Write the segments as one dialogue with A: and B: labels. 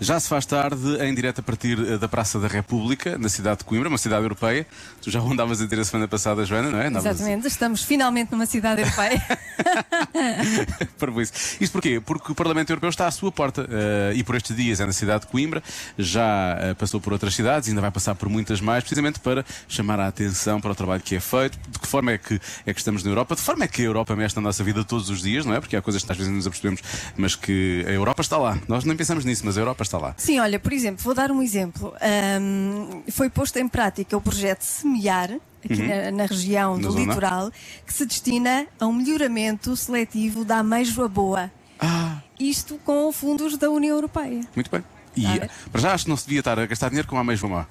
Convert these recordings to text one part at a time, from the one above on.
A: Já se faz tarde, em direto a partir eh, da Praça da República, na cidade de Coimbra, uma cidade europeia. Tu já andavas a dizer a semana passada, Joana, não é? Andavas a dizer-
B: Exatamente, estamos finalmente numa cidade europeia.
A: Parvoíce. Isto porquê? Porque o Parlamento Europeu está à sua porta eh, e por estes dias é na cidade de Coimbra, já eh, passou por outras cidades, ainda vai passar por muitas mais, precisamente para chamar a atenção para o trabalho que é feito, de que forma é que, é que estamos na Europa, de forma é que a Europa mexe na nossa vida todos os dias, não é? Porque há coisas que às vezes nos apercebemos, mas que a Europa está lá. Nós nem pensamos nisso, mas a Europa está lá.
B: Sim, olha, por exemplo, vou dar um exemplo. Ahm, foi posto em prática o projeto Semear, aqui na, na região
A: Uhum. Na
B: do
A: zona.
B: litoral, que se destina a um melhoramento seletivo da ameijoa boa. Isto com fundos da União Europeia.
A: Muito bem. E
B: Está a ver?
A: para já acho que não se devia estar a gastar dinheiro com a mesma má.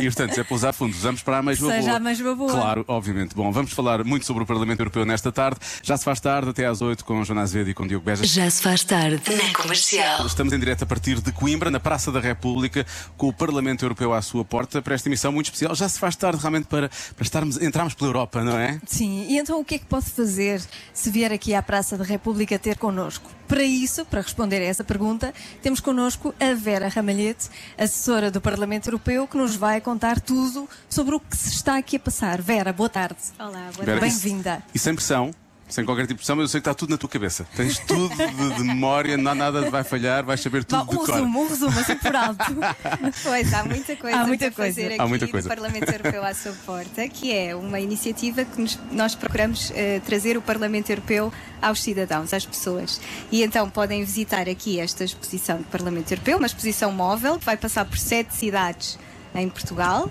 A: e portanto, é para usar fundos, usamos para a mesma
B: Seja
A: boa.
B: a mesma boa.
A: Claro, obviamente. Bom, vamos falar muito sobre o Parlamento Europeu nesta tarde. Já se faz tarde, até às 8 com Joana Azevedo e com Diogo Beja.
C: Já se faz tarde na comercial.
A: Estamos em direto a partir de Coimbra, na Praça da República, com o Parlamento Europeu à sua porta, para esta emissão muito especial. Já se faz tarde realmente para, para estarmos, entrarmos pela Europa, não é?
B: Sim, e então o que é que pode fazer se vier aqui à Praça da República ter connosco? Para isso, para responder a essa pergunta, temos connosco a Vera Ramalhete, assessora do Parlamento Europeu, que nos vai contar tudo sobre o que se está aqui a passar. Vera, boa tarde.
D: Olá, boa
A: Vera,
D: tarde.
B: Bem-vinda.
A: E sem pressão, sem qualquer tipo de pressão, mas eu sei que está tudo na tua cabeça. Tens tudo de, de memória, não há nada que vai falhar, vais saber tudo
B: Vá,
A: de
B: um
A: cor.
B: resumo, um resumo assim por alto.
D: Pois, há muita coisa
B: Há muita
D: para fazer
B: coisa.
D: aqui
A: Há muita coisa.
D: do Parlamento Europeu à sua porta, que é uma iniciativa que nos- nós procuramos eh, trazer o Parlamento Europeu aos cidadãos, às pessoas. E então podem visitar aqui esta exposição do Parlamento Europeu, uma exposição móvel que vai passar por sete cidades em Portugal.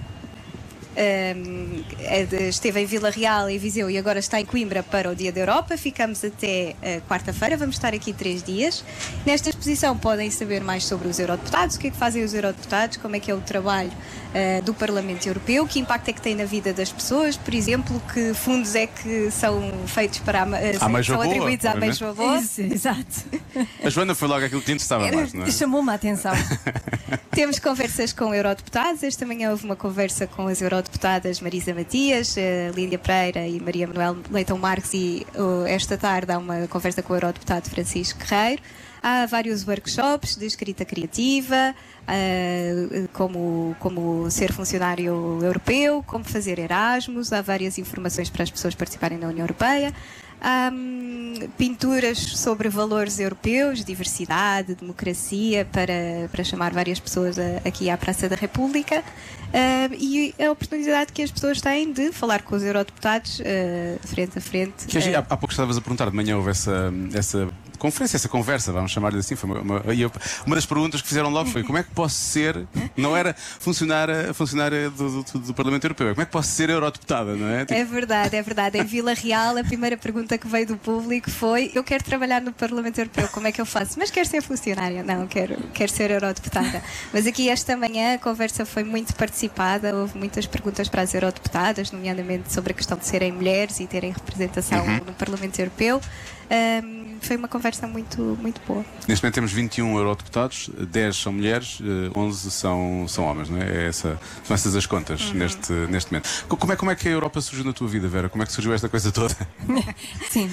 D: Ahm, é de- esteve em Vila Real e Viseu e agora está em Coimbra para o Dia da Europa. Ficamos até eh, quarta-feira, vamos estar aqui três dias. Nesta exposição podem saber mais sobre os eurodeputados, o que é que fazem os eurodeputados, como é que é o trabalho eh, do Parlamento Europeu, que impacto é que tem na vida das pessoas, por exemplo, que fundos é que são feitos para a, ma- eh,
A: Ameijoa
D: são
A: Boa,
D: atribuídos à
A: obviamente.
D: Beijo Boa.
B: É Isso, exato.
A: A Joana foi logo aquilo que lhe interessava mais, não é?
B: Chamou-me a atenção.
D: Temos conversas com eurodeputados. Esta manhã houve uma conversa com as eurodeputadas Marisa Matias, eh, Lídia Pereira e Maria Manuel Leitão Marques. E oh, esta tarde há uma conversa com o eurodeputado Francisco Guerreiro. Há vários workshops de escrita criativa, eh, como, como ser funcionário europeu, como fazer Erasmus. Há várias informações para as pessoas participarem na União Europeia. Há hum, pinturas sobre valores europeus, diversidade, democracia, para, para chamar várias pessoas a- aqui à Praça da República Ah, e a oportunidade que as pessoas têm de falar com os eurodeputados ah, frente a frente.
A: Que,
D: ah,
A: há, há pouco estavas a perguntar, de manhã houve essa, essa conferência, essa conversa, vamos chamar-lhe assim. Foi uma, uma, e eu- uma das perguntas que fizeram logo foi: como é que posso ser, não era funcionária, funcionária do, do, do Parlamento Europeu, é como é que posso ser eurodeputada, não é? Tipo,
D: É verdade, é verdade. Em Vila Real, a primeira pergunta que veio do público foi: Eu quero trabalhar no Parlamento Europeu, como é que eu faço? Mas quero ser funcionária, não, quero, quero ser eurodeputada. Mas aqui esta manhã a conversa foi muito participada, houve muitas perguntas para as eurodeputadas, nomeadamente sobre a questão de serem mulheres e terem representação no Parlamento Europeu. Ahm, foi uma conversa muito, muito boa.
A: Neste momento temos 21 eurodeputados, 10 são mulheres, eh, 11 são, são homens, não é? é essa, são essas as contas neste, neste momento. Co- Como é, como é que a Europa surgiu na tua vida, Vera? Como é que surgiu esta coisa toda?
B: Sim.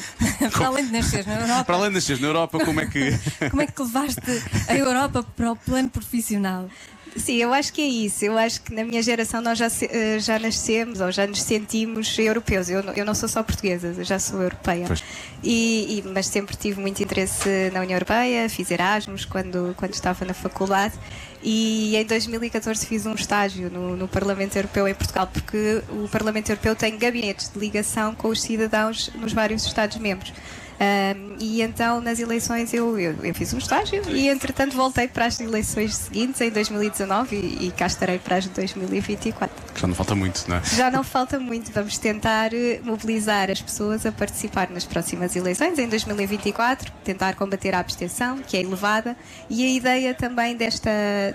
B: Para além de nascer na Europa,
A: Para além de nasceres na Europa, como é que.
B: como é que levaste a Europa para o plano profissional?
D: Sim, eu acho que é isso. Eu acho que na minha geração nós já, se- eh, já nascemos ou já nos sentimos europeus. Eu, não- eu não sou só portuguesa, eu já sou europeia.
A: Pois.
D: E, e- mas sempre tive muito interesse na União Europeia, fiz Erasmus quando, quando estava na faculdade. E em 2014 fiz um estágio no, no Parlamento Europeu em Portugal, porque o Parlamento Europeu tem gabinetes de ligação com os cidadãos nos vários Estados-membros. Ahm, e então nas eleições eu, eu, eu fiz um estágio e entretanto voltei para as eleições seguintes em 2019 e, e cá estarei para as de 2024.
A: Já não falta muito, não é?
D: Já não falta muito, vamos tentar eh, mobilizar as pessoas a participar nas próximas eleições em 2024, tentar combater a abstenção, que é elevada, e a ideia também desta,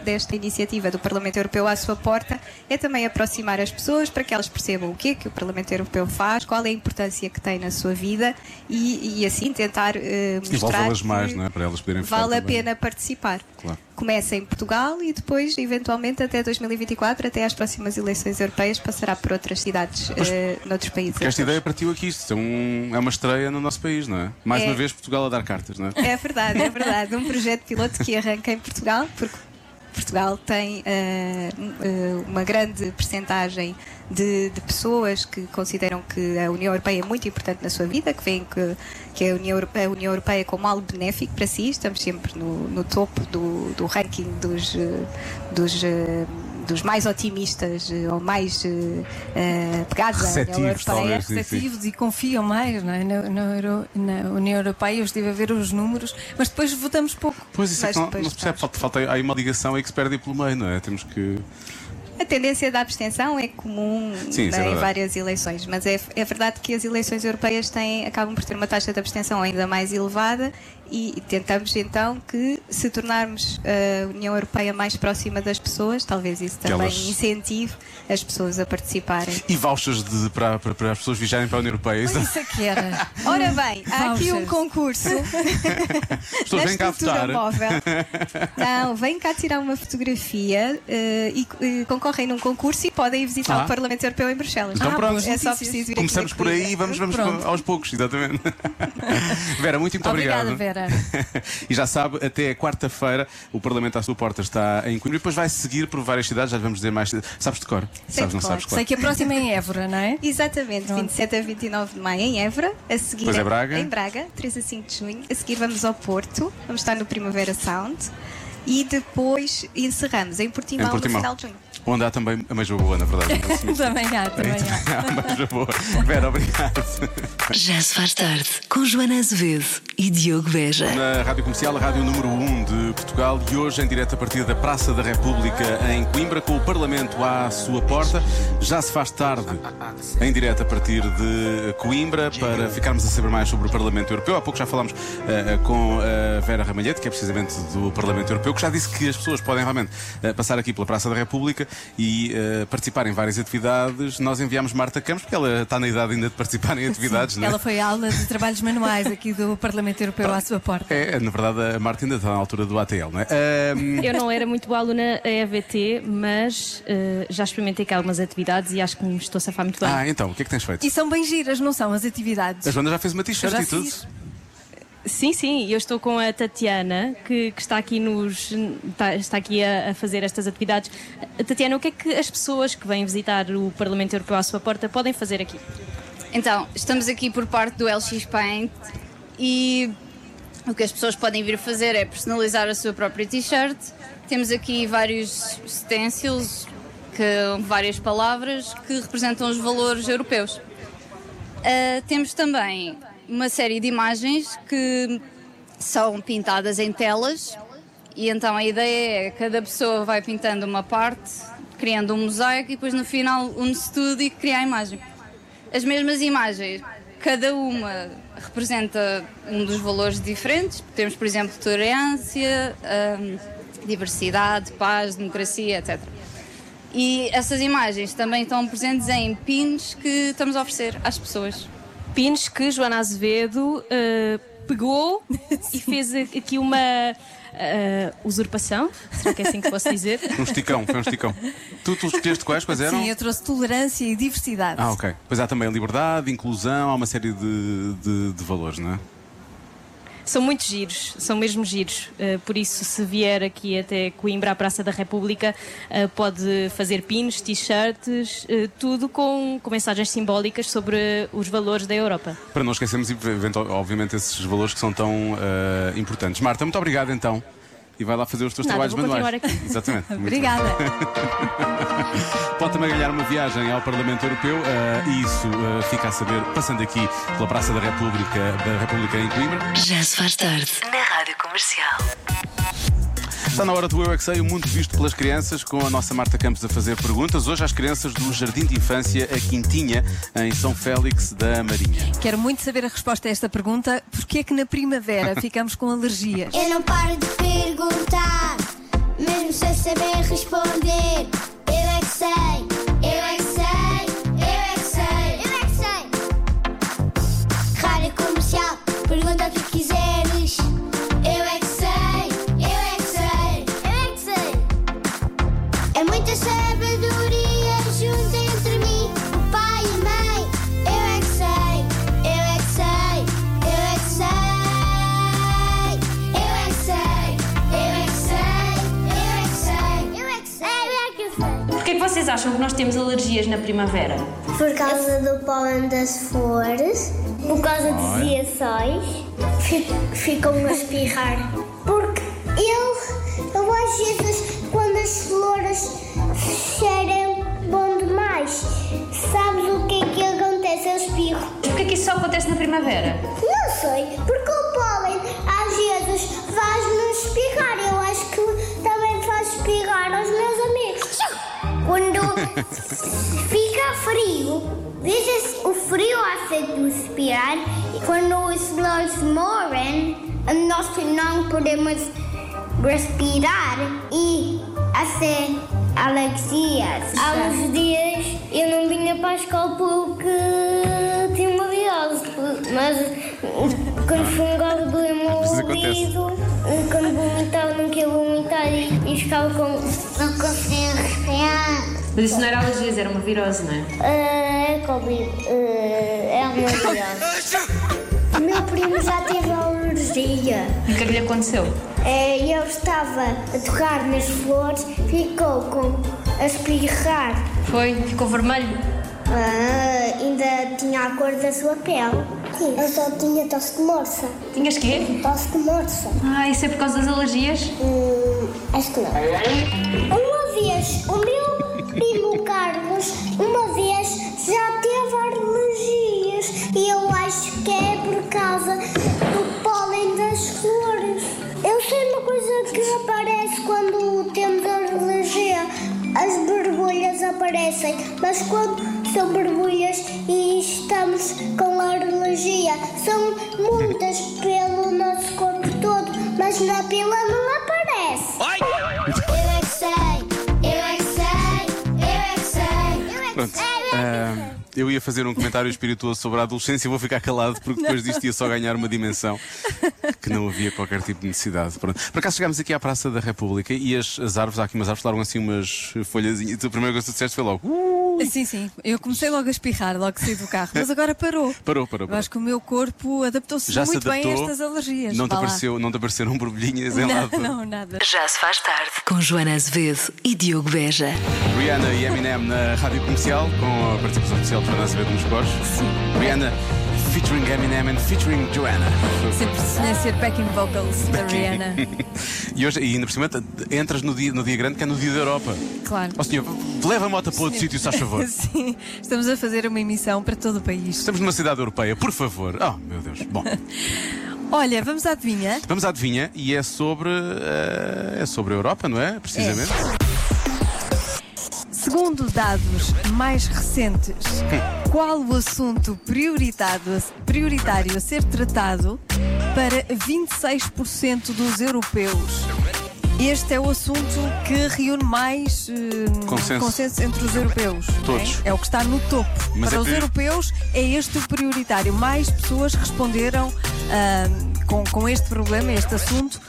D: desta iniciativa do Parlamento Europeu à sua porta é também aproximar as pessoas para que elas percebam o que é que o Parlamento Europeu faz, qual é a importância que tem na sua vida e, e assim tentar eh,
A: E
D: mostrar
A: vale las mais,
D: que
A: não é? Para elas poderem votar
D: vale a
A: também.
D: pena participar.
A: Claro.
D: começa em Portugal e depois, eventualmente, até 2024, até às próximas eleições europeias, passará por outras cidades, eh, noutros países.
A: Porque esta ideia partiu aqui, isto é, um- é uma estreia no nosso país, não é? Mais
D: É.
A: uma vez, Portugal a dar cartas, não é?
D: É verdade, é verdade. Um projeto piloto que arranca em Portugal, porque Portugal tem eh, um- eh, uma grande percentagem de, de pessoas que consideram que a União Europeia é muito importante na sua vida, que veem que, que a, União Europeia, a União Europeia é como algo benéfico para si. Estamos sempre no, no topo do, do ranking dos, eh, dos, eh, dos mais otimistas eh, ou mais eh, eh, pegados à União
A: Receptivos,
D: Europeia.
A: talvez, sim, sim.
B: receptivos e confiam mais não é? na, na Euro- na União Europeia. Eu estive a ver os números, mas depois votamos pouco.
A: Pois isso é
D: Mas
A: que não,
D: depois
A: não se percebe,
D: faz.
A: falta, falta aí uma ligação aí que se perde pelo meio, não é? Temos que.
D: A tendência da abstenção é comum
A: Sim, isso é
D: né, em
A: verdade.
D: várias eleições, mas é, é verdade que as eleições europeias têm, acabam por ter uma taxa de abstenção ainda mais elevada e, e tentamos então que se tornarmos eh, a União Europeia mais próxima das pessoas, talvez isso também
A: elas-
D: incentive as pessoas a participarem.
A: E vouchers de- para, para, para as pessoas viajarem para a União Europeia. Isso-
B: Isso é que era.
D: Ora bem, há aqui um
B: Vouchers.
D: concurso
A: As pessoas
D: na
A: vêm cá
D: estrutura
A: votar.
D: móvel. Não, vêm cá tirar uma fotografia eh, e eh, concorrem num concurso e podem visitar
A: Ah.
D: o Parlamento Europeu em Bruxelas.
A: Então Ah, pronto. boas
D: É só
B: notícias.
D: preciso vir aqui
A: Começamos
D: na
A: por aí
D: Coimbra.
A: e vamos, vamos
B: Pronto.
A: aos poucos, exatamente. Vera, muito, muito obrigado.
B: Obrigada, Vera.
A: e já sabe, até quarta-feira o Parlamento à sua porta está em Coimbra e depois vai seguir por várias cidades, já lhe vamos dizer mais. Sabes de cor?
D: Sei
A: sabes,
D: de
A: não
D: cor.
A: sabes, claro.
B: Sei que a próxima é em Évora, não é?
D: Exatamente, 27 a 29 de maio em Évora, a seguir
A: Depois é Braga.
D: em Braga, 3 a 5 de junho, a seguir vamos ao Porto, vamos estar no Primavera Sound e depois encerramos em Portimão,
A: Em Portimão.
D: no final de junho.
A: Onde há também a Major Boa, na verdade.
B: também há, também há.
A: a Major Boa. Vera, obrigado.
C: Já se faz tarde com Joana Azevedo e Diogo Beja.
A: Na Rádio Comercial, a rádio número 1 de Portugal e hoje em direto a partir da Praça da República em Coimbra, com o Parlamento à sua porta. Já se faz tarde em direto a partir de Coimbra para ficarmos a saber mais sobre o Parlamento Europeu. Há pouco já falámos eh, eh, com a Vera Ramalhete, que é precisamente do Parlamento Europeu, que já disse que as pessoas podem realmente eh, passar aqui pela Praça da República e eh, participar em várias atividades. Nós enviámos Marta Campos, porque ela está na idade ainda de participar em atividades, não é?
B: Ela foi à aula de trabalhos manuais aqui do Parlamento Europeu à sua porta.
A: É, na verdade, a Marta ainda está na altura do ATL, não é? Ahm,
E: Eu não era muito boa aluna a EVT, mas eh, já experimentei aqui algumas atividades e acho que me estou a safar muito bem.
A: ah, então, o que é que tens feito?
B: E são bem giras, não são as atividades?
A: A Joana já fez uma
B: Eu
A: t-shirt
B: já
A: e tudo.
B: fiz.
E: Sim, sim, eu estou com a Tatiana, que, que está aqui nos está, está aqui a, a fazer estas atividades. Tatiana, o que é que as pessoas que vêm visitar o Parlamento Europeu à sua porta podem fazer aqui?
F: Então, estamos aqui por parte do LX Paint e o que as pessoas podem vir fazer é personalizar a sua própria t-shirt. Temos aqui vários stencils, que várias palavras que representam os valores europeus. Ah, temos também uma série de imagens que são pintadas em telas e então a ideia é que cada pessoa vai pintando uma parte, criando um mosaico e depois no final une-se tudo e cria a imagem. As mesmas imagens, cada uma representa um dos valores diferentes. Temos, por exemplo, tolerância, hum, diversidade, paz, democracia, etc. E essas imagens também estão presentes em pins que estamos a oferecer às pessoas.
E: Pins que Joana Azevedo eh, pegou e fez aqui uma eh, usurpação, será que é assim que posso dizer?
A: Um esticão, foi um esticão. tu, tu escolheste quais? Quais eram?
B: Sim, eu trouxe tolerância e diversidade.
A: Ah, ok. Pois há também liberdade, inclusão, há uma série de, de, de valores, não é?
E: São muito giros, são mesmo giros. Uh, por isso, se vier aqui até Coimbra, à Praça da República, uh, pode fazer pins, t-shirts, uh, tudo com, com mensagens simbólicas sobre uh, os valores da Europa.
A: Para não esquecermos, eventual- obviamente, esses valores que são tão eh, importantes. Marta, muito obrigado então. E vai lá fazer os teus
E: Nada,
A: trabalhos
E: vou
A: manuais.
E: continuar aqui.
A: Exatamente. Muito bem.
B: Obrigada.
A: Pode também ganhar uma viagem ao Parlamento Europeu eh, e isso eh, fica a saber passando aqui pela Praça da República, da República em Coimbra.
C: Já se faz tarde na Rádio Comercial.
A: Está na hora do Eu é Que Sei, o mundo visto pelas crianças, com a nossa Marta Campos a fazer perguntas. Hoje às crianças do Jardim de Infância, a Quintinha, em São Félix da Marinha.
B: Quero muito saber a resposta a esta pergunta. Porquê é que na primavera ficamos com alergias?
G: Eu não paro de perguntar, mesmo sem saber responder. Eu é que sei, eu é que sei, eu é que sei, eu é que sei. Rádio comercial, pergunta o que quiseres. Eu é que sei, eu é que sei, eu é é é é
H: vocês acham que nós temos alergias na primavera?
G: Por causa do pólen das flores, por causa dos iaçóis, fi- ficam a espirrar. Porque eu, eu às vezes, quando as flores cheiram bom demais, sabes o que é que acontece? Eu espirro.
H: Mas Porquê que isso só acontece na primavera?
G: Não sei, porque o pólen às vezes faz-nos espirrar. Eu acho que também faz espirrar aos meus amigos. Quando fica frio, deixa o frio a fazer-nos espirrar e quando os flores morrem, nós não podemos respirar e assim alergias.
A: é.
G: Há uns dias eu não vinha para a escola porque tinha uma virose, mas quando fungava doeu-me o
A: Às vezes acontece.
G: ouvido. E Quando vomitava, não queria vomitar e, e ficava com. Não conseguia respirar.
H: Mas isso não era alergias, era uma virose, não é?
G: É Covid. É uma virose. Meu primo já teve alergia.
H: E o que é que lhe aconteceu?
G: É, Eu estava a tocar nas flores, ficou com a espirrar.
H: Foi? Ficou vermelho?
G: Ah, ainda tinha a cor da sua pele. Sim. Eu só tinha tosse de morsa.
H: Tinhas quê?
G: Tosse de morsa.
H: Ah, isso é por causa das alergias?
G: Hum, acho que não. Uma vez, o meu primo Carlos, uma vez já teve alergias. E eu acho que é por causa do pólen das flores. Eu sei uma coisa que aparece quando temos alergia. As borbulhas aparecem, mas quando são borbulhas e estamos com alergia, são muitas pelo nosso corpo todo, mas na pila não aparece. Eu é que sei, eu é que sei, eu é que sei, eu é
A: Pronto. Ah, eu ia fazer um comentário espirituoso sobre a adolescência e vou ficar calado porque depois disto ia só ganhar uma dimensão que não havia qualquer tipo de necessidade. Pronto. Por acaso chegámos aqui à Praça da República e as, as árvores, há aqui umas árvores, largam assim umas folhazinhas. A primeira coisa que tu disseste foi logo. "Uh!"
B: Sim, sim. Eu comecei logo a espirrar, logo que saí do carro, mas agora parou.
A: Parou, parou,
B: Eu
A: parou.
B: acho que o meu corpo adaptou-se
A: Já
B: muito
A: se adaptou.
B: bem a estas alergias.
A: Não te,
B: Vá lá.
A: apareceu, não te apareceram borbulhinhas em
B: Não,
A: lado.
B: não, nada.
C: Já se faz tarde com Joana Azevedo e Diogo Beja.
A: Rihanna e Eminem na rádio comercial com a participação especial de Fernanda Azevedo nos cores. Rihanna featuring Eminem and featuring Joanna.
B: Sempre tinha ser backing vocals da Rihanna.
A: E, hoje, e ainda por cima t- entras no dia, no dia grande que é no dia da Europa.
B: Claro.
A: Ó senhor, leva a moto para outro sítio, se faz favor.
B: Sim, estamos a fazer uma emissão para todo o país.
A: Estamos numa cidade europeia, por favor. Oh, meu Deus. Bom,
B: Olha, vamos adivinhar.
A: vamos à adivinha e é sobre. eh, é sobre a Europa, não é? Precisamente.
B: Segundo dados mais recentes, qual o assunto prioritado- prioritário a ser tratado para 26% dos europeus? Este é o assunto que reúne mais eh,
A: Consenso.
B: entre os europeus. não é?
A: Todos.
B: É o que está no topo.
A: Mas
B: para
A: é
B: os
A: priori-
B: europeus é este o prioritário. Mais pessoas responderam ah, com, com este problema, este assunto,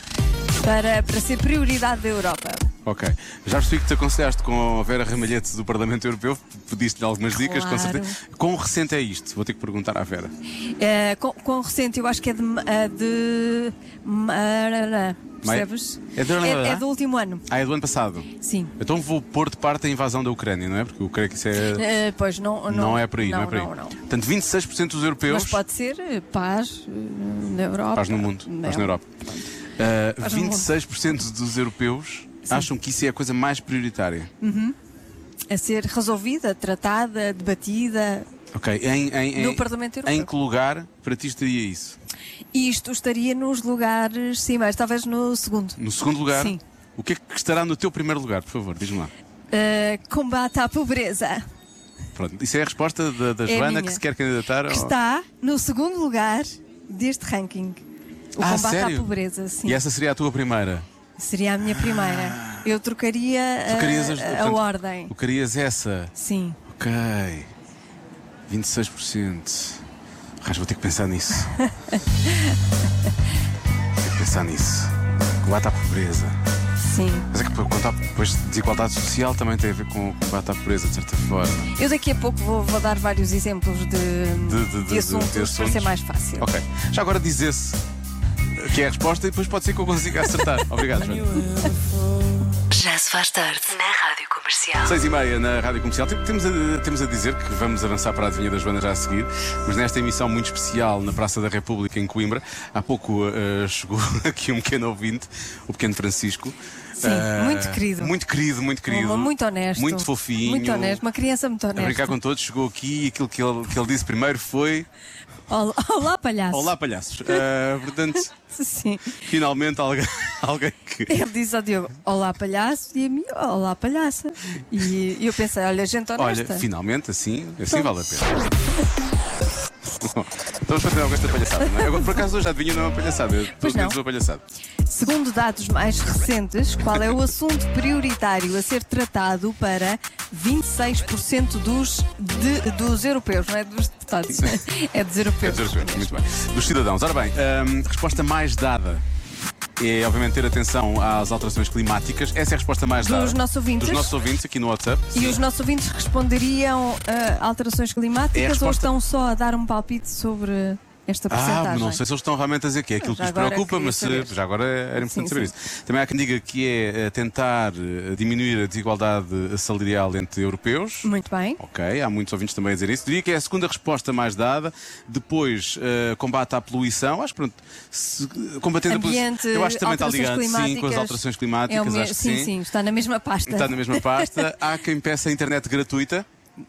B: para, para ser prioridade da Europa.
A: Ok. Já percebi que te aconselhaste com a Vera Ramalhete do Parlamento Europeu, pediste-lhe algumas dicas, com
B: Claro.
A: certeza. Quão recente é isto? Vou ter que perguntar à Vera.
B: É, com, com recente, eu acho que é de. ah, de marará,
A: Mai-
B: percebes?
A: É de marará?
B: é, é do último ano,
A: Ah, é do ano passado.
B: sim.
A: Então vou pôr de parte a invasão da Ucrânia, não é? Porque eu creio que isso é.
B: Eh, pois não, não.
A: Não, é por aí, não, é por aí.
B: Não, não.
A: Portanto, 26% dos europeus.
B: Mas pode ser eh, paz eh, na Europa.
A: Paz no mundo,
B: Não.
A: paz na Europa. Uh,
B: Paz no mundo.
A: 26% dos europeus acham que isso é a coisa mais prioritária.
B: A ser resolvida, tratada, debatida.
A: Ok, em, em, em-
B: No Parlamento Europeu.
A: Em que lugar para ti estaria isso?
B: E isto estaria nos lugares cimeiros, talvez no segundo.
A: No segundo lugar,
B: Sim.
A: o que é que estará no teu primeiro lugar, por favor? Diz-me lá.
B: Eh, combate à pobreza.
A: Pronto, isso é a resposta da, da
B: É
A: Joana
B: minha.
A: que se quer candidatar.
B: Que
A: ao-
B: está no segundo lugar deste ranking. O
A: Ah,
B: combate
A: sério?
B: à pobreza, sim.
A: E essa seria a tua primeira.
B: Seria a minha primeira. Eu trocaria
A: Tu querias
B: a,
A: Ah. as-
B: Ah, a- a
A: portanto,
B: ordem.
A: Tu querias essa.
B: Sim.
A: Ok. 26%. Raios, vou ter que pensar nisso. vou ter que pensar nisso. Combate à pobreza.
B: Sim.
A: Mas é que quanto à pois, desigualdade social também tem a ver com o combate à pobreza, de certa forma.
B: Eu daqui a pouco vou, vou dar vários exemplos de,
A: De- de- de- de-
B: assuntos
A: de
B: para
A: assuntos.
B: ser mais fácil.
A: Ok. Já agora diz-se que é a resposta e depois pode ser que eu consiga acertar. Obrigado, Joana.
C: Já se faz tarde na Rádio Comercial. Comercial.
A: Seis e meia na Rádio Comercial. Tem- Temos a, temos a dizer que vamos avançar para a adivinha da Joana já a seguir, mas nesta emissão muito especial na Praça da República, em Coimbra, há pouco eh, chegou aqui um pequeno ouvinte, o pequeno Francisco.
B: Sim,
A: Eh,
B: muito querido.
A: Muito querido, muito querido.
B: Um- muito honesto.
A: Muito fofinho.
B: Muito honesto, uma criança muito
A: A brincar
B: honesta.
A: com todos, chegou aqui e aquilo que ele, que ele disse primeiro foi:
B: Olá, olá, palhaço.
A: Olá, palhaços. Eh, portanto,
B: Sim.
A: finalmente alguém, alguém que.
B: Ele disse ao Diogo, olá palhaço, e a mim, olá palhaça. E eu pensei, olha, gente
A: Olha,
B: honesta.
A: finalmente, assim, assim
B: Então-
A: vale a pena. Estamos para ter alguma esta palhaçada, não é? Agora, por acaso, hoje já adivinho, não é uma palhaçada. Eu,
B: Pois
A: Pelo menos
B: não.
A: uma palhaçada.
B: Segundo dados mais recentes, qual é o assunto prioritário a ser tratado para 26% dos, de- dos europeus, não é dos deputados? É dos
A: É
B: europeus.
A: dos europeus, muito bem. Dos cidadãos. Ora bem, hum, resposta mais dada é, obviamente, ter atenção às alterações climáticas. Essa é a resposta mais dada.
B: Dos nossos ouvintes.
A: Dos nossos ouvintes, aqui no WhatsApp.
B: E os nossos ouvintes responderiam a alterações
A: É a
B: climáticas ou
A: resposta-
B: estão só a dar um palpite sobre esta porcentagem?
A: Ah, não sei se eles estão realmente a dizer que é aquilo que
B: Já
A: os
B: agora
A: preocupa,
B: queria
A: mas se-
B: saber.
A: já agora era importante
B: Sim,
A: saber
B: sim.
A: isso. Também há quem diga que é eh, tentar eh, diminuir a desigualdade salarial entre europeus.
B: Muito bem.
A: Ok, há muitos ouvintes também a dizer isso. Diria que é a segunda resposta mais dada. Depois, eh, combate à poluição. Acho que pronto, se- combatendo a
B: Ambiente,
A: poluição. Eu acho que também está
B: alterações
A: ligado, sim, com as
B: climáticas.
A: alterações
B: É o
A: climáticas.
B: me-
A: acho que
B: sim, sim, está na mesma pasta.
A: Está na mesma pasta. Há quem peça internet gratuita.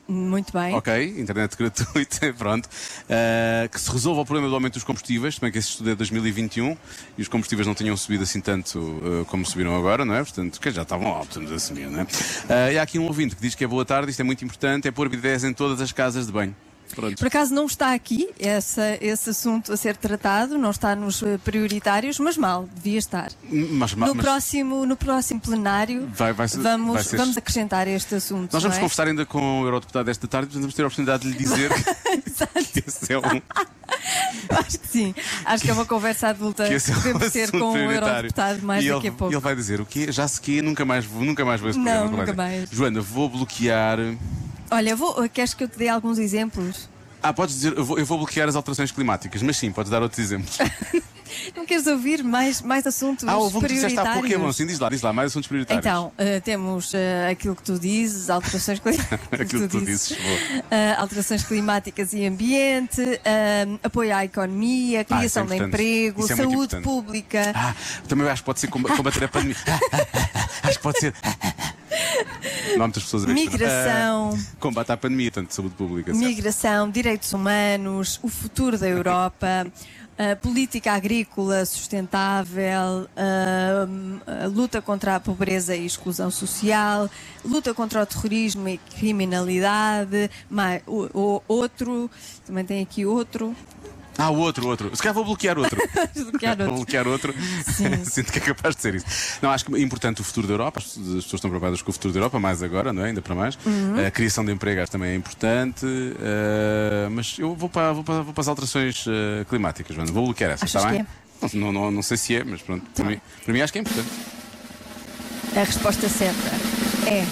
B: Muito bem.
A: Ok, internet gratuita, pronto. Ah, que se resolva o problema do aumento dos combustíveis, também que esse estudo é de 2021 e os combustíveis não tinham subido assim tanto ah, como subiram agora, não é? Portanto, que já estavam altos, vamos assumir, não é? Ah, e há aqui um ouvinte que diz que é boa tarde, isto é muito importante, é pôr bidés em todas as casas de banho. Pronto.
B: Por acaso não está aqui essa- esse assunto a ser tratado, não está nos eh, prioritários, mas mal, devia estar.
A: Mas,
B: No,
A: mas-
B: próximo, no próximo plenário
A: Vai- vai ser-
B: vamos,
A: vai ser-
B: vamos acrescentar este assunto.
A: nós vamos
B: não é?
A: conversar ainda com o Eurodeputado esta tarde, portanto vamos ter a oportunidade de lhe dizer que esse é um.
B: Acho que sim. Acho que é uma conversa adulta
A: que
B: que
A: esse é um
B: devemos ter
A: assunto
B: com o
A: prioritário.
B: Eurodeputado mais
A: E ele,
B: daqui a
A: e
B: pouco.
A: Ele vai dizer o quê? Já sequei, nunca mais vou, nunca mais vou esse
B: Não,
A: programa.
B: nunca
A: Vai dizer.
B: mais.
A: Joana, vou bloquear.
B: Olha, vou, queres que eu te dê alguns exemplos?
A: Ah, podes dizer, eu vou, eu vou bloquear as alterações climáticas, mas sim, podes dar outros exemplos.
B: Não queres ouvir mais, mais assuntos
A: ah, houve um que disseste há pouco,
B: prioritários?
A: é bom, sim, diz lá, diz lá, mais assuntos prioritários.
B: Então, eh, temos eh, aquilo que tu dizes, alterações climáticas.
A: Aquilo que tu dizes, boa.
B: Eh, alterações climáticas e ambiente, eh, apoio à economia, criação de
A: Ah, importante.
B: emprego,
A: Isso é muito
B: saúde
A: importante.
B: pública.
A: Ah, também acho que pode ser comb- combater a pandemia. Ah, ah, ah, acho que pode ser. Ah, ah, ah. Não há muitas pessoas a ver isto, não.
B: Migração.
A: Ah, combate à pandemia, tanto de saúde pública. É certo?
B: Migração, direitos humanos, o futuro da Europa, a política agrícola sustentável, ahm, a luta contra a pobreza e exclusão social, luta contra o terrorismo e criminalidade, mais, o, o- outro, também tem aqui outro.
A: Ah, o outro, o outro. Se calhar vou bloquear outro.
B: Bloquear outro.
A: Vou bloquear um outro. Sinto que é capaz de ser isso. Não, acho que é importante o futuro da Europa. As pessoas as pessoas estão preocupadas com o futuro da Europa, mais agora, não é? Ainda para mais.
B: Uhum.
A: A criação de emprego acho que também é importante. eh, mas eu vou para, vou para, vou para as alterações eh, climáticas, Joana. Vou bloquear essa,
B: Achas
A: está
B: que Tá.
A: bem? Não, não, não sei se é, mas pronto. Para, mim, para mim acho que é importante.
B: A resposta certa é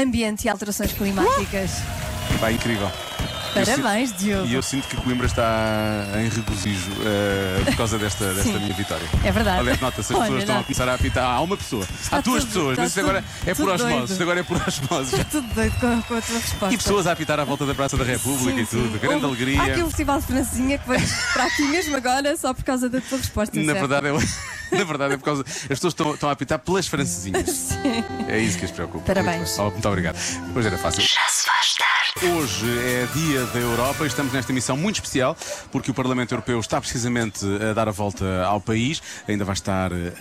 B: ambiente e alterações climáticas.
A: Pá, incrível. Eu sinto-
B: Parabéns, Diogo.
A: E eu sinto que Coimbra está em regozijo eh, por causa desta, desta
B: Sim.
A: minha vitória.
B: É verdade.
A: Aliás, nota-se, as
B: Olha,
A: pessoas estão a
B: não.
A: começar a apitar. Há uma pessoa, há duas
B: tudo-
A: pessoas,
B: está
A: mas isto
B: tudo-
A: agora é por
B: tudo
A: osmose.
B: doido.
A: Isto agora é por osmose.
B: Estou tudo doido com, com a tua resposta.
A: E pessoas a apitar à volta da Praça da República e
B: Sim,
A: tudo.
B: sim.
A: Grande
B: Houve-
A: alegria.
B: Há aqui um festival de Francinha que vai para aqui mesmo agora só por causa da tua resposta.
A: Na
B: certo?
A: verdade, é, na verdade é por causa. As pessoas estão, estão a apitar pelas francesinhas. É isso que as preocupa.
B: Parabéns.
A: Muito, bem. Oh, muito obrigado. Hoje era fácil.
C: Já se faz tarde.
A: Hoje é Dia da Europa e estamos nesta emissão muito especial porque o Parlamento Europeu está precisamente a dar a volta ao país. Ainda vai estar eh,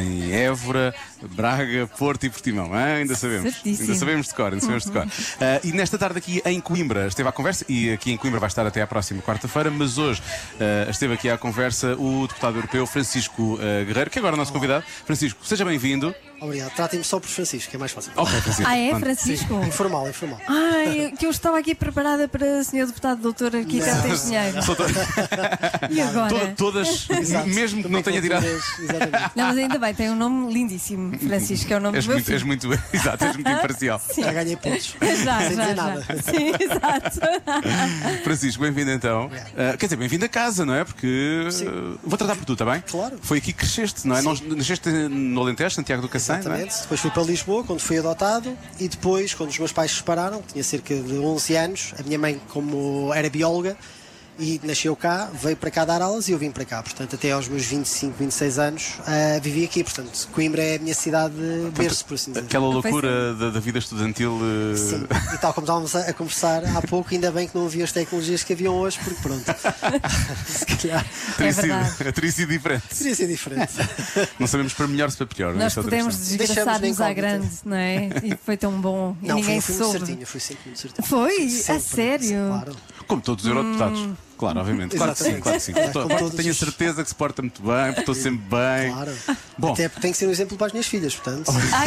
A: em Évora, Braga, Porto e Portimão. hã? ainda sabemos.
B: Certíssimo.
A: Ainda sabemos de cor. Ainda sabemos de cor. Eh, e nesta tarde aqui em Coimbra esteve à conversa, e aqui em Coimbra vai estar até à próxima quarta-feira, mas hoje eh, esteve aqui à conversa o deputado europeu Francisco eh, Guerreiro, que agora é o nosso convidado. Francisco, seja bem-vindo.
I: Obrigado. Tratem-me só por Francisco, que é mais fácil.
A: Ok, Francisco.
B: Ah, é,
A: Pronto.
B: Francisco?
I: Informal, informal.
B: Ai, que eu estava aqui preparada para senhor deputado, doutor, arquiteto, engenheiro. E agora?
A: Toda- todas,
I: Exato.
A: mesmo que não
I: Também
A: tenha
I: com
A: tirado.
I: dúvidas, Exatamente.
B: Não, mas ainda bem, tem um nome lindíssimo, Francisco, é o nome
A: És
B: do meu
A: muito, és
B: filho.
A: muito, exato, és muito imparcial.
I: Já ganhei pontos.
B: Já,
I: Sem
B: já,
I: dizer
B: já.
I: nada.
B: Sim, exato.
A: Francisco, bem-vindo então. Ah, quer dizer, bem-vindo a casa, não é? Porque. ah, vou tratar por tu, está bem?
I: Claro.
A: Foi aqui que cresceste, não é? Nós- nasceste no Alentejo, Santiago do 100, não é?
I: Exatamente. Depois fui para Lisboa, quando fui adotado, e depois, quando os meus pais se separaram, tinha cerca de 11 anos, a minha mãe, como era bióloga, e nasceu cá, veio para cá dar aulas e eu vim para cá. Portanto, até aos meus 25, 26 anos, ah, vivi aqui. Portanto, Coimbra é a minha cidade berço, por assim dizer.
A: Aquela loucura da, da vida estudantil. eh,
I: Sim, e tal como estávamos a, a conversar há pouco, ainda bem que não havia as tecnologias que haviam hoje, porque pronto, se calhar
A: teria,
B: É
A: sido,
B: verdade.
A: teria sido diferente.
I: seria ser diferente.
A: Não sabemos para melhor se para pior. não é?
B: Nós
A: Isso é outra
B: podemos
A: questão.
I: Deixamos
B: desgraçar-nos
I: na
B: à
I: incógnita.
B: grande, não é? E foi tão bom. e
I: Não,
B: ninguém
I: fui, fui muito
B: soube.
I: certinho, fui sempre muito certinho.
B: Foi?
I: Sempre,
B: A sério?
I: Claro.
A: Como todos os eurodeputados. Claro, obviamente. Claro que sim,
I: Hum. Exatamente.
A: claro que sim.
I: Como
A: Estou-
I: todos
A: tenho a
I: os-
A: certeza que se porta muito bem, portou sempre bem.
I: Claro.
A: Bom.
I: Até porque tem que ser um exemplo para as minhas filhas, portanto.
B: Ah,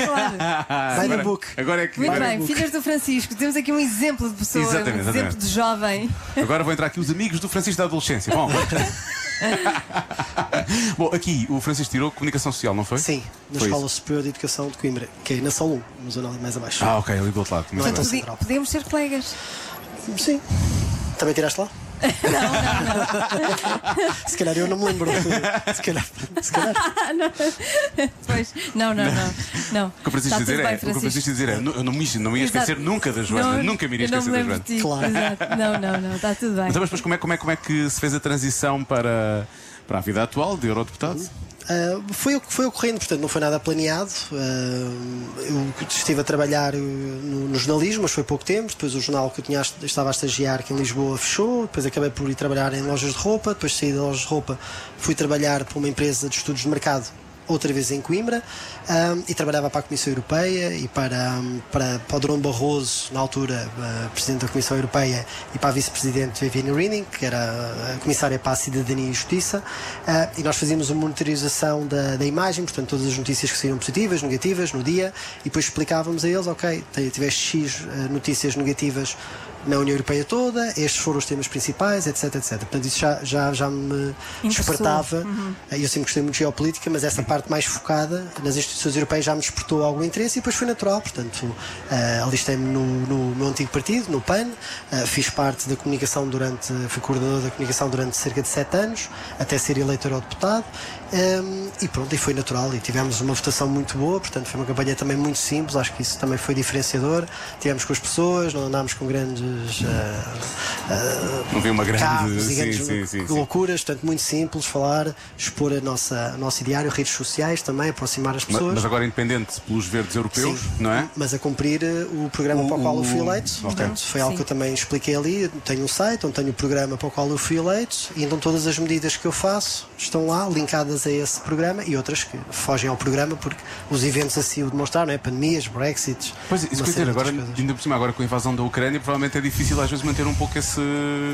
B: claro.
A: Vai
I: no book.
A: Agora é que.
B: Muito
A: agora-
B: bem, filhas do Francisco, temos aqui um exemplo de pessoa,
A: Exatamente,
B: um exemplo
A: exatamente.
B: de jovem.
A: Agora vão entrar aqui os amigos do Francisco da Adolescência. Bom, Bom, aqui o Francisco tirou comunicação social, não foi?
I: Sim, na
A: Foi
I: Escola
A: isso.
I: Superior de Educação de Coimbra, que é na Sol 1, mas eu não mais abaixo.
A: Ah, ok, ali do outro lado. Muito
B: Portanto,
A: bem.
B: podi-
I: central.
B: podemos ser colegas.
I: Sim. Também tiraste lá? Se calhar eu não me lembro. Se calhar. Se calhar.
B: Pois. Não, não, não. não.
A: O que o Francisco
B: Está tudo
A: dizer é,
B: bem,
A: o que o Francisco
B: Francisco.
A: dizer é, "Nu- eu não me, não me ia esquecer
B: Exato.
A: nunca da Joana,
B: Não,
A: nunca me iria
B: eu não
A: esquecer
B: me
A: da Joana.
B: lembro de ti.
I: Claro.
B: Exato. Não, não, não, está tudo bem.
A: Então, mas depois como é, como, é, como é que se fez a transição para, para a vida atual de eurodeputado?
I: Ah, foi, o que- foi ocorrendo, portanto, não foi nada planeado. Ah, eu estive a trabalhar eh, no, no jornalismo, mas foi pouco tempo. Depois, o jornal que eu tinha, a- estava a estagiar aqui em Lisboa fechou. Depois, acabei por ir trabalhar em lojas de roupa. Depois, saí de lojas de roupa, fui trabalhar para uma empresa de estudos de mercado. Outra vez em Coimbra ah, e trabalhava para a Comissão Europeia e para, ah, para, para o Drão Barroso, na altura ah, Presidente da Comissão Europeia, e para a Vice-Presidente Viviane Reining, que era a Comissária para a Cidadania e Justiça. Ah, e nós fazíamos uma monitorização da, da imagem, portanto, todas as notícias que saíram positivas, negativas, no dia, e depois explicávamos a eles: ok, te- tiveste X ah, notícias negativas na União Europeia toda, estes foram os temas principais, etc, etc. Portanto, isso já, já, já me
B: Interessou.
I: despertava. Ah, Eu sempre gostei muito de geopolítica, mas essa parte mais focada nas instituições europeias já me despertou algum interesse e depois foi natural. Portanto, ah, alistei-me no, no meu antigo partido, no PAN, ah, fiz parte da comunicação durante, fui coordenador da comunicação durante cerca de sete anos, até ser eleito eurodeputado, Ahm, e pronto, e foi natural. E tivemos uma votação muito boa, portanto, foi uma campanha também muito simples, acho que isso também foi diferenciador. Tivemos com as pessoas, não andámos com grandes. ah, ah,
A: Não vi uma grande.
I: carros e
A: sim,
I: grandes
A: sim, sim, sim.
I: loucuras, portanto, muito simples falar, expor a nossa, o nosso ideário, redes sociais também, aproximar as
A: Ma-
I: pessoas.
A: Mas agora independente pelos verdes europeus,
I: Sim.
A: não é?
I: Mas a cumprir eh, o programa para o qual eu fui
A: o-
I: eleito.
A: Ok.
I: Portanto, foi algo
B: Sim.
I: que eu também expliquei ali. Tenho um site onde tenho o programa para o qual eu fui eleito, e então todas as medidas que eu faço estão lá, linkadas a esse programa e outras que fogem ao programa, porque os eventos assim o demonstraram, não é? Pandemias, Brexits.
A: Pois, é, isso
I: uma
A: quer dizer,
I: série de
A: agora,
I: outras coisas.
A: ainda por cima, agora com a invasão da Ucrânia, provavelmente é difícil às vezes manter um pouco esse.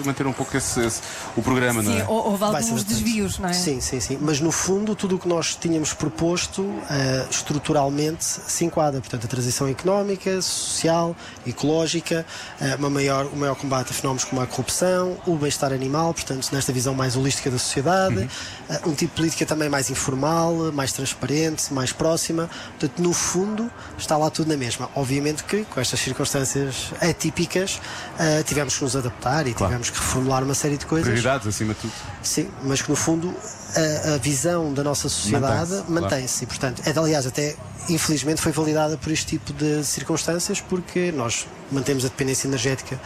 A: manter um pouco esse, esse- o programa, não
B: Sim,
A: é?
B: hou- houve
I: Vai ser
B: alguns
I: bastante.
B: desvios, não é?
I: Sim, sim, sim. Mas no fundo, tudo o que nós tínhamos proposto eh, estruturalmente se enquadra. Portanto, a transição económica, social, ecológica, eh, uma maior, o maior combate a fenómenos como a corrupção, o bem-estar animal, portanto, nesta visão mais holística da sociedade, eh, um tipo de política também mais informal, eh, mais transparente, mais próxima. Portanto, no fundo, está lá tudo na mesma. Obviamente que, com estas circunstâncias atípicas, eh, tivemos que nos adaptar e tivemos que reformular uma série de coisas.
A: Prioridades, acima de tudo.
I: Sim, mas que no fundo a, a visão da nossa sociedade
A: Mantém-se,
I: mantém-se. e, portanto, é, de- aliás, até infelizmente foi validada por este tipo de circunstâncias, porque nós mantemos a dependência energética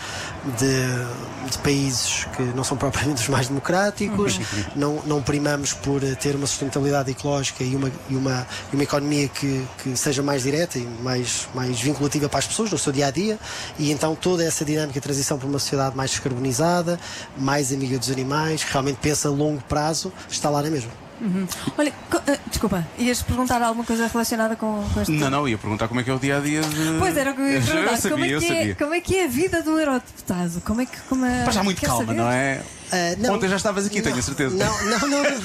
I: de, de países que não são propriamente os mais democráticos, não, não primamos por eh, ter uma sustentabilidade ecológica e uma, e uma, e uma economia que, que seja mais direta e mais, mais vinculativa para as pessoas no seu dia a dia, e então toda essa dinâmica de transição para uma sociedade mais descarbonizada, mais amiga dos animais, que realmente pensa a longo prazo, está lá na mesma.
B: Olha, co- ah, desculpa, ias perguntar alguma coisa relacionada com, com este.
A: Não, não, ia perguntar como é que é o dia a dia de.
B: Pois era o que eu ia perguntar.
A: Eu sabia,
B: como, é
A: eu
B: que
A: sabia.
B: É, como é que é a vida do eurodeputado? Como é que. Como é...
A: Mas já muito
B: Quer
A: calma,
B: saber?
A: não é?
I: Ah, não.
A: Ontem já estavas aqui,
I: Não,
A: tenho a certeza.
I: Não, não, não. não.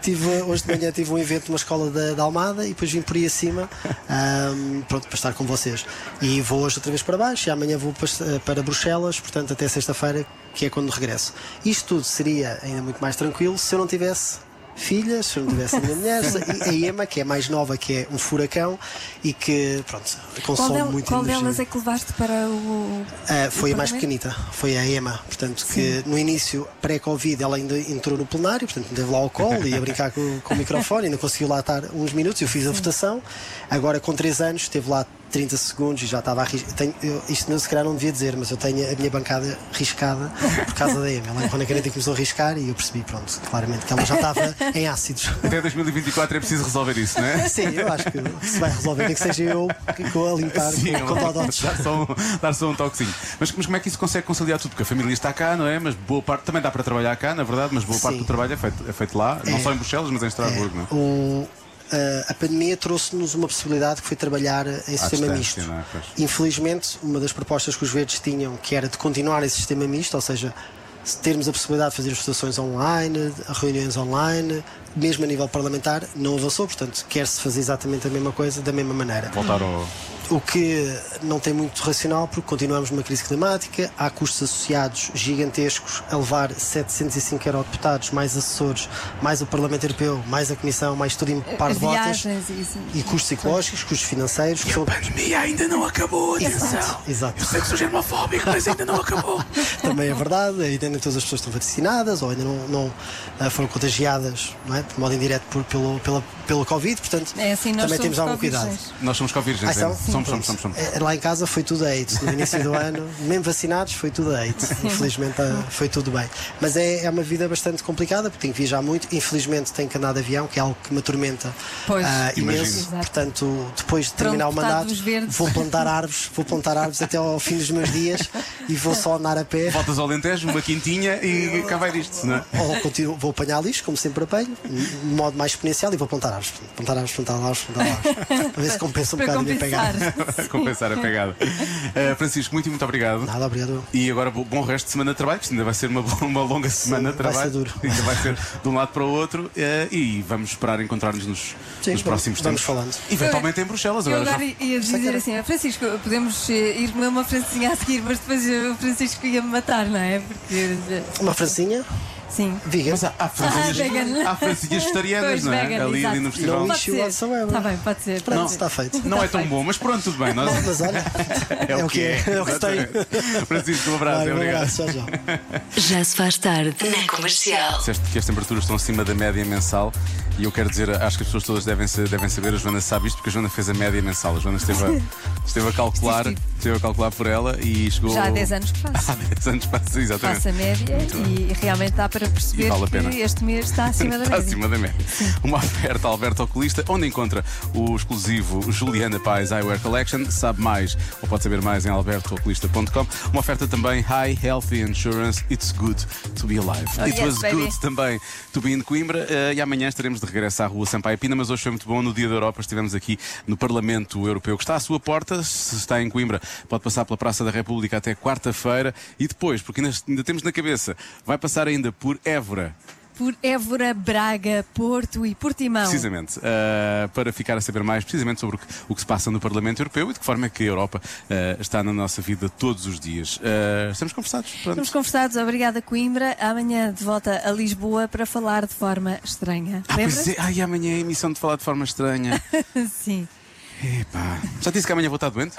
I: tive, hoje de manhã tive um evento numa escola da, da Almada e depois vim por aí acima ahm, pronto, para estar com vocês. E vou hoje outra vez para baixo e amanhã vou para, para Bruxelas, portanto até sexta-feira, que é quando regresso. Isto tudo seria ainda muito mais tranquilo se eu não tivesse filhas, se eu não tivesse ainda mulher, a Ema, que é mais nova, que é um furacão e que, pronto, consome
B: Qual, del-
I: muito
B: qual
I: energia.
B: delas é que levaste para o.
I: Ah, foi
B: o
I: a mais
B: Parlamento?
I: pequenita, foi a Ema. Portanto, que no início, pré-Covid, ela ainda entrou no plenário, portanto, teve lá o colo e a brincar com, com o microfone, ainda conseguiu lá estar uns minutos. Eu fiz a votação. Agora, com 3 anos, esteve lá 30 segundos e já estava a ris- tenho- eu- Isto não, se calhar não devia dizer, mas eu tenho a minha bancada riscada por causa da Ema. Ela errou na caneta e começou a riscar e eu percebi, pronto, claramente, que ela já estava em ácidos.
A: Até 2024 é preciso resolver isso, não é?
I: Sim, eu acho que se vai resolver, nem que seja eu que vou a limpar
A: Sim,
I: com, com dodotes.
A: dar, só um, dar só um toquezinho. Mas, mas como é que isso consegue conciliar tudo? Porque a família está cá, não é? Mas boa parte também dá para trabalhar cá, na verdade, mas boa parte
I: Sim.
A: do trabalho é feito, é feito lá, não só em Bruxelas, mas em Estrasburgo, não é?
I: o- Um, eh, a- a pandemia trouxe-nos uma possibilidade que foi trabalhar em sistema
A: distância,
I: misto.
A: não é? Pois.
I: Infelizmente, uma das propostas que os verdes tinham, que era de continuar esse sistema misto, ou seja, se termos a possibilidade de fazer as votações online, reuniões online, mesmo a nível parlamentar, não avançou, portanto, quer-se fazer exatamente a mesma coisa da mesma maneira.
A: Voltar ao.
I: O que não tem muito racional, porque continuamos numa crise climática, há custos associados gigantescos a levar 705 eurodeputados, mais assessores, mais o Parlamento Europeu, mais a Comissão, mais tudo em par de votos.
B: Viagens e isso.
I: E custos ecológicos, custos financeiros. que são-
A: pandemia ainda não acabou, atenção!
I: Exato.
A: sei que sou germofóbico, mas ainda não acabou.
I: Também é verdade, ainda nem todas as pessoas estão vacinadas ou ainda não, não, ah, foram contagiadas não é? de modo indireto por, pelo, pela, pelo Covid, portanto
B: É assim, nós
I: também
B: somos
I: temos algum
B: Covid-6.
I: cuidado.
A: Nós somos co-virgens,
I: Ah, são?
A: é? somos, somos, somos, somos.
I: Eh, Lá em casa foi tudo AIDS. No início do ano, mesmo vacinados, foi tudo AIDS. Infelizmente ah, foi tudo bem. Mas é, é uma vida bastante complicada, porque tenho que viajar muito. Infelizmente tenho que andar de avião, que é algo que me atormenta
B: Pois.
I: ah, imenso.
A: Imagino.
I: Portanto, depois de terminar o
B: Pronto,
I: mandato,
B: deputados verdes.
I: vou plantar árvores, vou plantar árvores até ao fim dos meus dias e vou só andar a pé.
A: Voltas ao Alentejo, uma quintinha e cá vai disto, não é?
I: Ou continuo, vou apanhar lixo, como sempre apanho, de modo mais exponencial, e vou plantar árvores. Plantar árvores, plantar árvores, plantar árvores. A ver se compensa um
B: Para
I: bocado a minha
B: compensar.
I: pegada.
A: Para compensar a pegada. Eh, Francisco, muito, muito obrigado.
I: Nada, obrigado.
A: E agora bo- bom resto de semana de trabalho, que isto ainda vai ser uma, bo- uma longa semana de
I: vai
A: trabalho.
I: ser duro.
A: Ainda vai ser de um lado para o outro eh, e vamos esperar encontrar-nos nos,
I: Sim,
A: nos
I: vamos-
A: próximos tempos.
I: vamos falando.
A: Eventualmente em Bruxelas,
B: Eu
A: agora já.
B: agora ia dizer assim, Francisco, podemos eh, ir comer uma francesinha a seguir, mas depois eh, o Francisco ia me matar, não é? Porque. eh,
I: Uma francinha,
B: Sim.
I: vegan.
A: Mas há, há
B: Ah, vegan.
A: francesinhas, há francesinhas vegetarianas,
B: Pois,
A: não é? ali,
B: vegan,
A: ali
B: exato.
A: no
I: Não
A: festival.
B: Pode
I: issue
B: ser.
I: whatsoever.
B: Está bem, pode ser.
I: Pronto,
B: pode ser.
I: Ah, está feito.
A: Não é tão bom, mas pronto, tudo bem. Nós...
I: Mas olha, é o que é. É o que tem.
A: exatamente. Francisco, um abraço,
I: Vai, um
A: obrigado.
I: abraço, tchau, tchau.
C: Já se faz tarde na comercial.
A: Disseste que as temperaturas estão acima da média mensal e eu quero dizer, acho que as pessoas todas devem, sa- devem saber, a Joana sabe isto porque a Joana fez a média mensal. A Joana esteve a, esteve a calcular, esteve a calcular por ela e chegou.
B: Já há 10 anos que faço.
A: Há 10 anos passa, exatamente.
B: Faço a média e realmente dá para perceber
A: vale a pena.
B: que este mês está acima da
A: Está
B: média.
A: acima da média. Uma oferta Alberto Oculista, onde encontra o exclusivo Juliana Paz Eyewear Collection. Sabe mais, ou pode saber mais em albertooculista.com. Uma oferta também High Healthy Insurance. It's good to be alive.
B: Oh,
A: It
F: yes,
A: was
F: baby.
A: good também to be in Coimbra. Eh, e amanhã estaremos de regresso à Rua Sampaio Pina, mas hoje foi muito bom. No Dia da Europa estivemos aqui no Parlamento Europeu, que está à sua porta. Se está em Coimbra, pode passar pela Praça da República até quarta-feira. E depois, porque ainda, ainda temos na cabeça, vai passar ainda por Évora.
B: Por Évora, Braga, Porto e Portimão.
A: Precisamente, uh, para ficar a saber mais precisamente sobre o que, o que se passa no Parlamento Europeu e de que forma é que a Europa uh, está na nossa vida todos os dias. Uh, estamos conversados, pronto.
B: Estamos conversados, obrigada Coimbra. Amanhã de volta a Lisboa para falar de forma estranha.
A: Ah,
B: Lembra?
A: pois é. Ai, amanhã é a emissão de falar de forma estranha.
B: Sim.
A: Epá. Já disse que amanhã vou estar doente?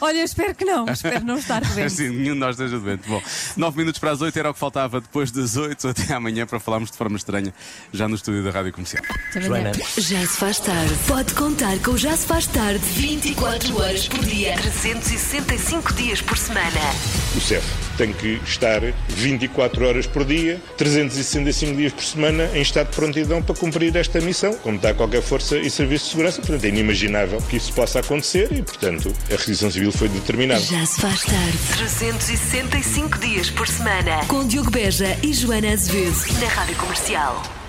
B: Olha, eu espero que não, espero não estar doente.
A: Assim, nenhum de nós esteja doente. Bom, 9 minutos para as 8 era o que faltava depois das 8 até amanhã para falarmos de forma estranha já no estúdio da Rádio Comercial.
B: Até amanhã.
C: Já se faz tarde. Pode contar com o Já se faz tarde 24 horas por dia, 365 dias por semana.
J: O CEF tem que estar 24 horas por dia, 365 dias por semana, em estado de prontidão para cumprir esta missão, como está qualquer força e serviço de segurança. Portanto, é inimaginável que isso possa acontecer e, portanto, a requisição civil foi determinada.
C: Já se faz tarde 365 dias por semana. Com Diogo Beja e Joana Azevedo na Rádio Comercial.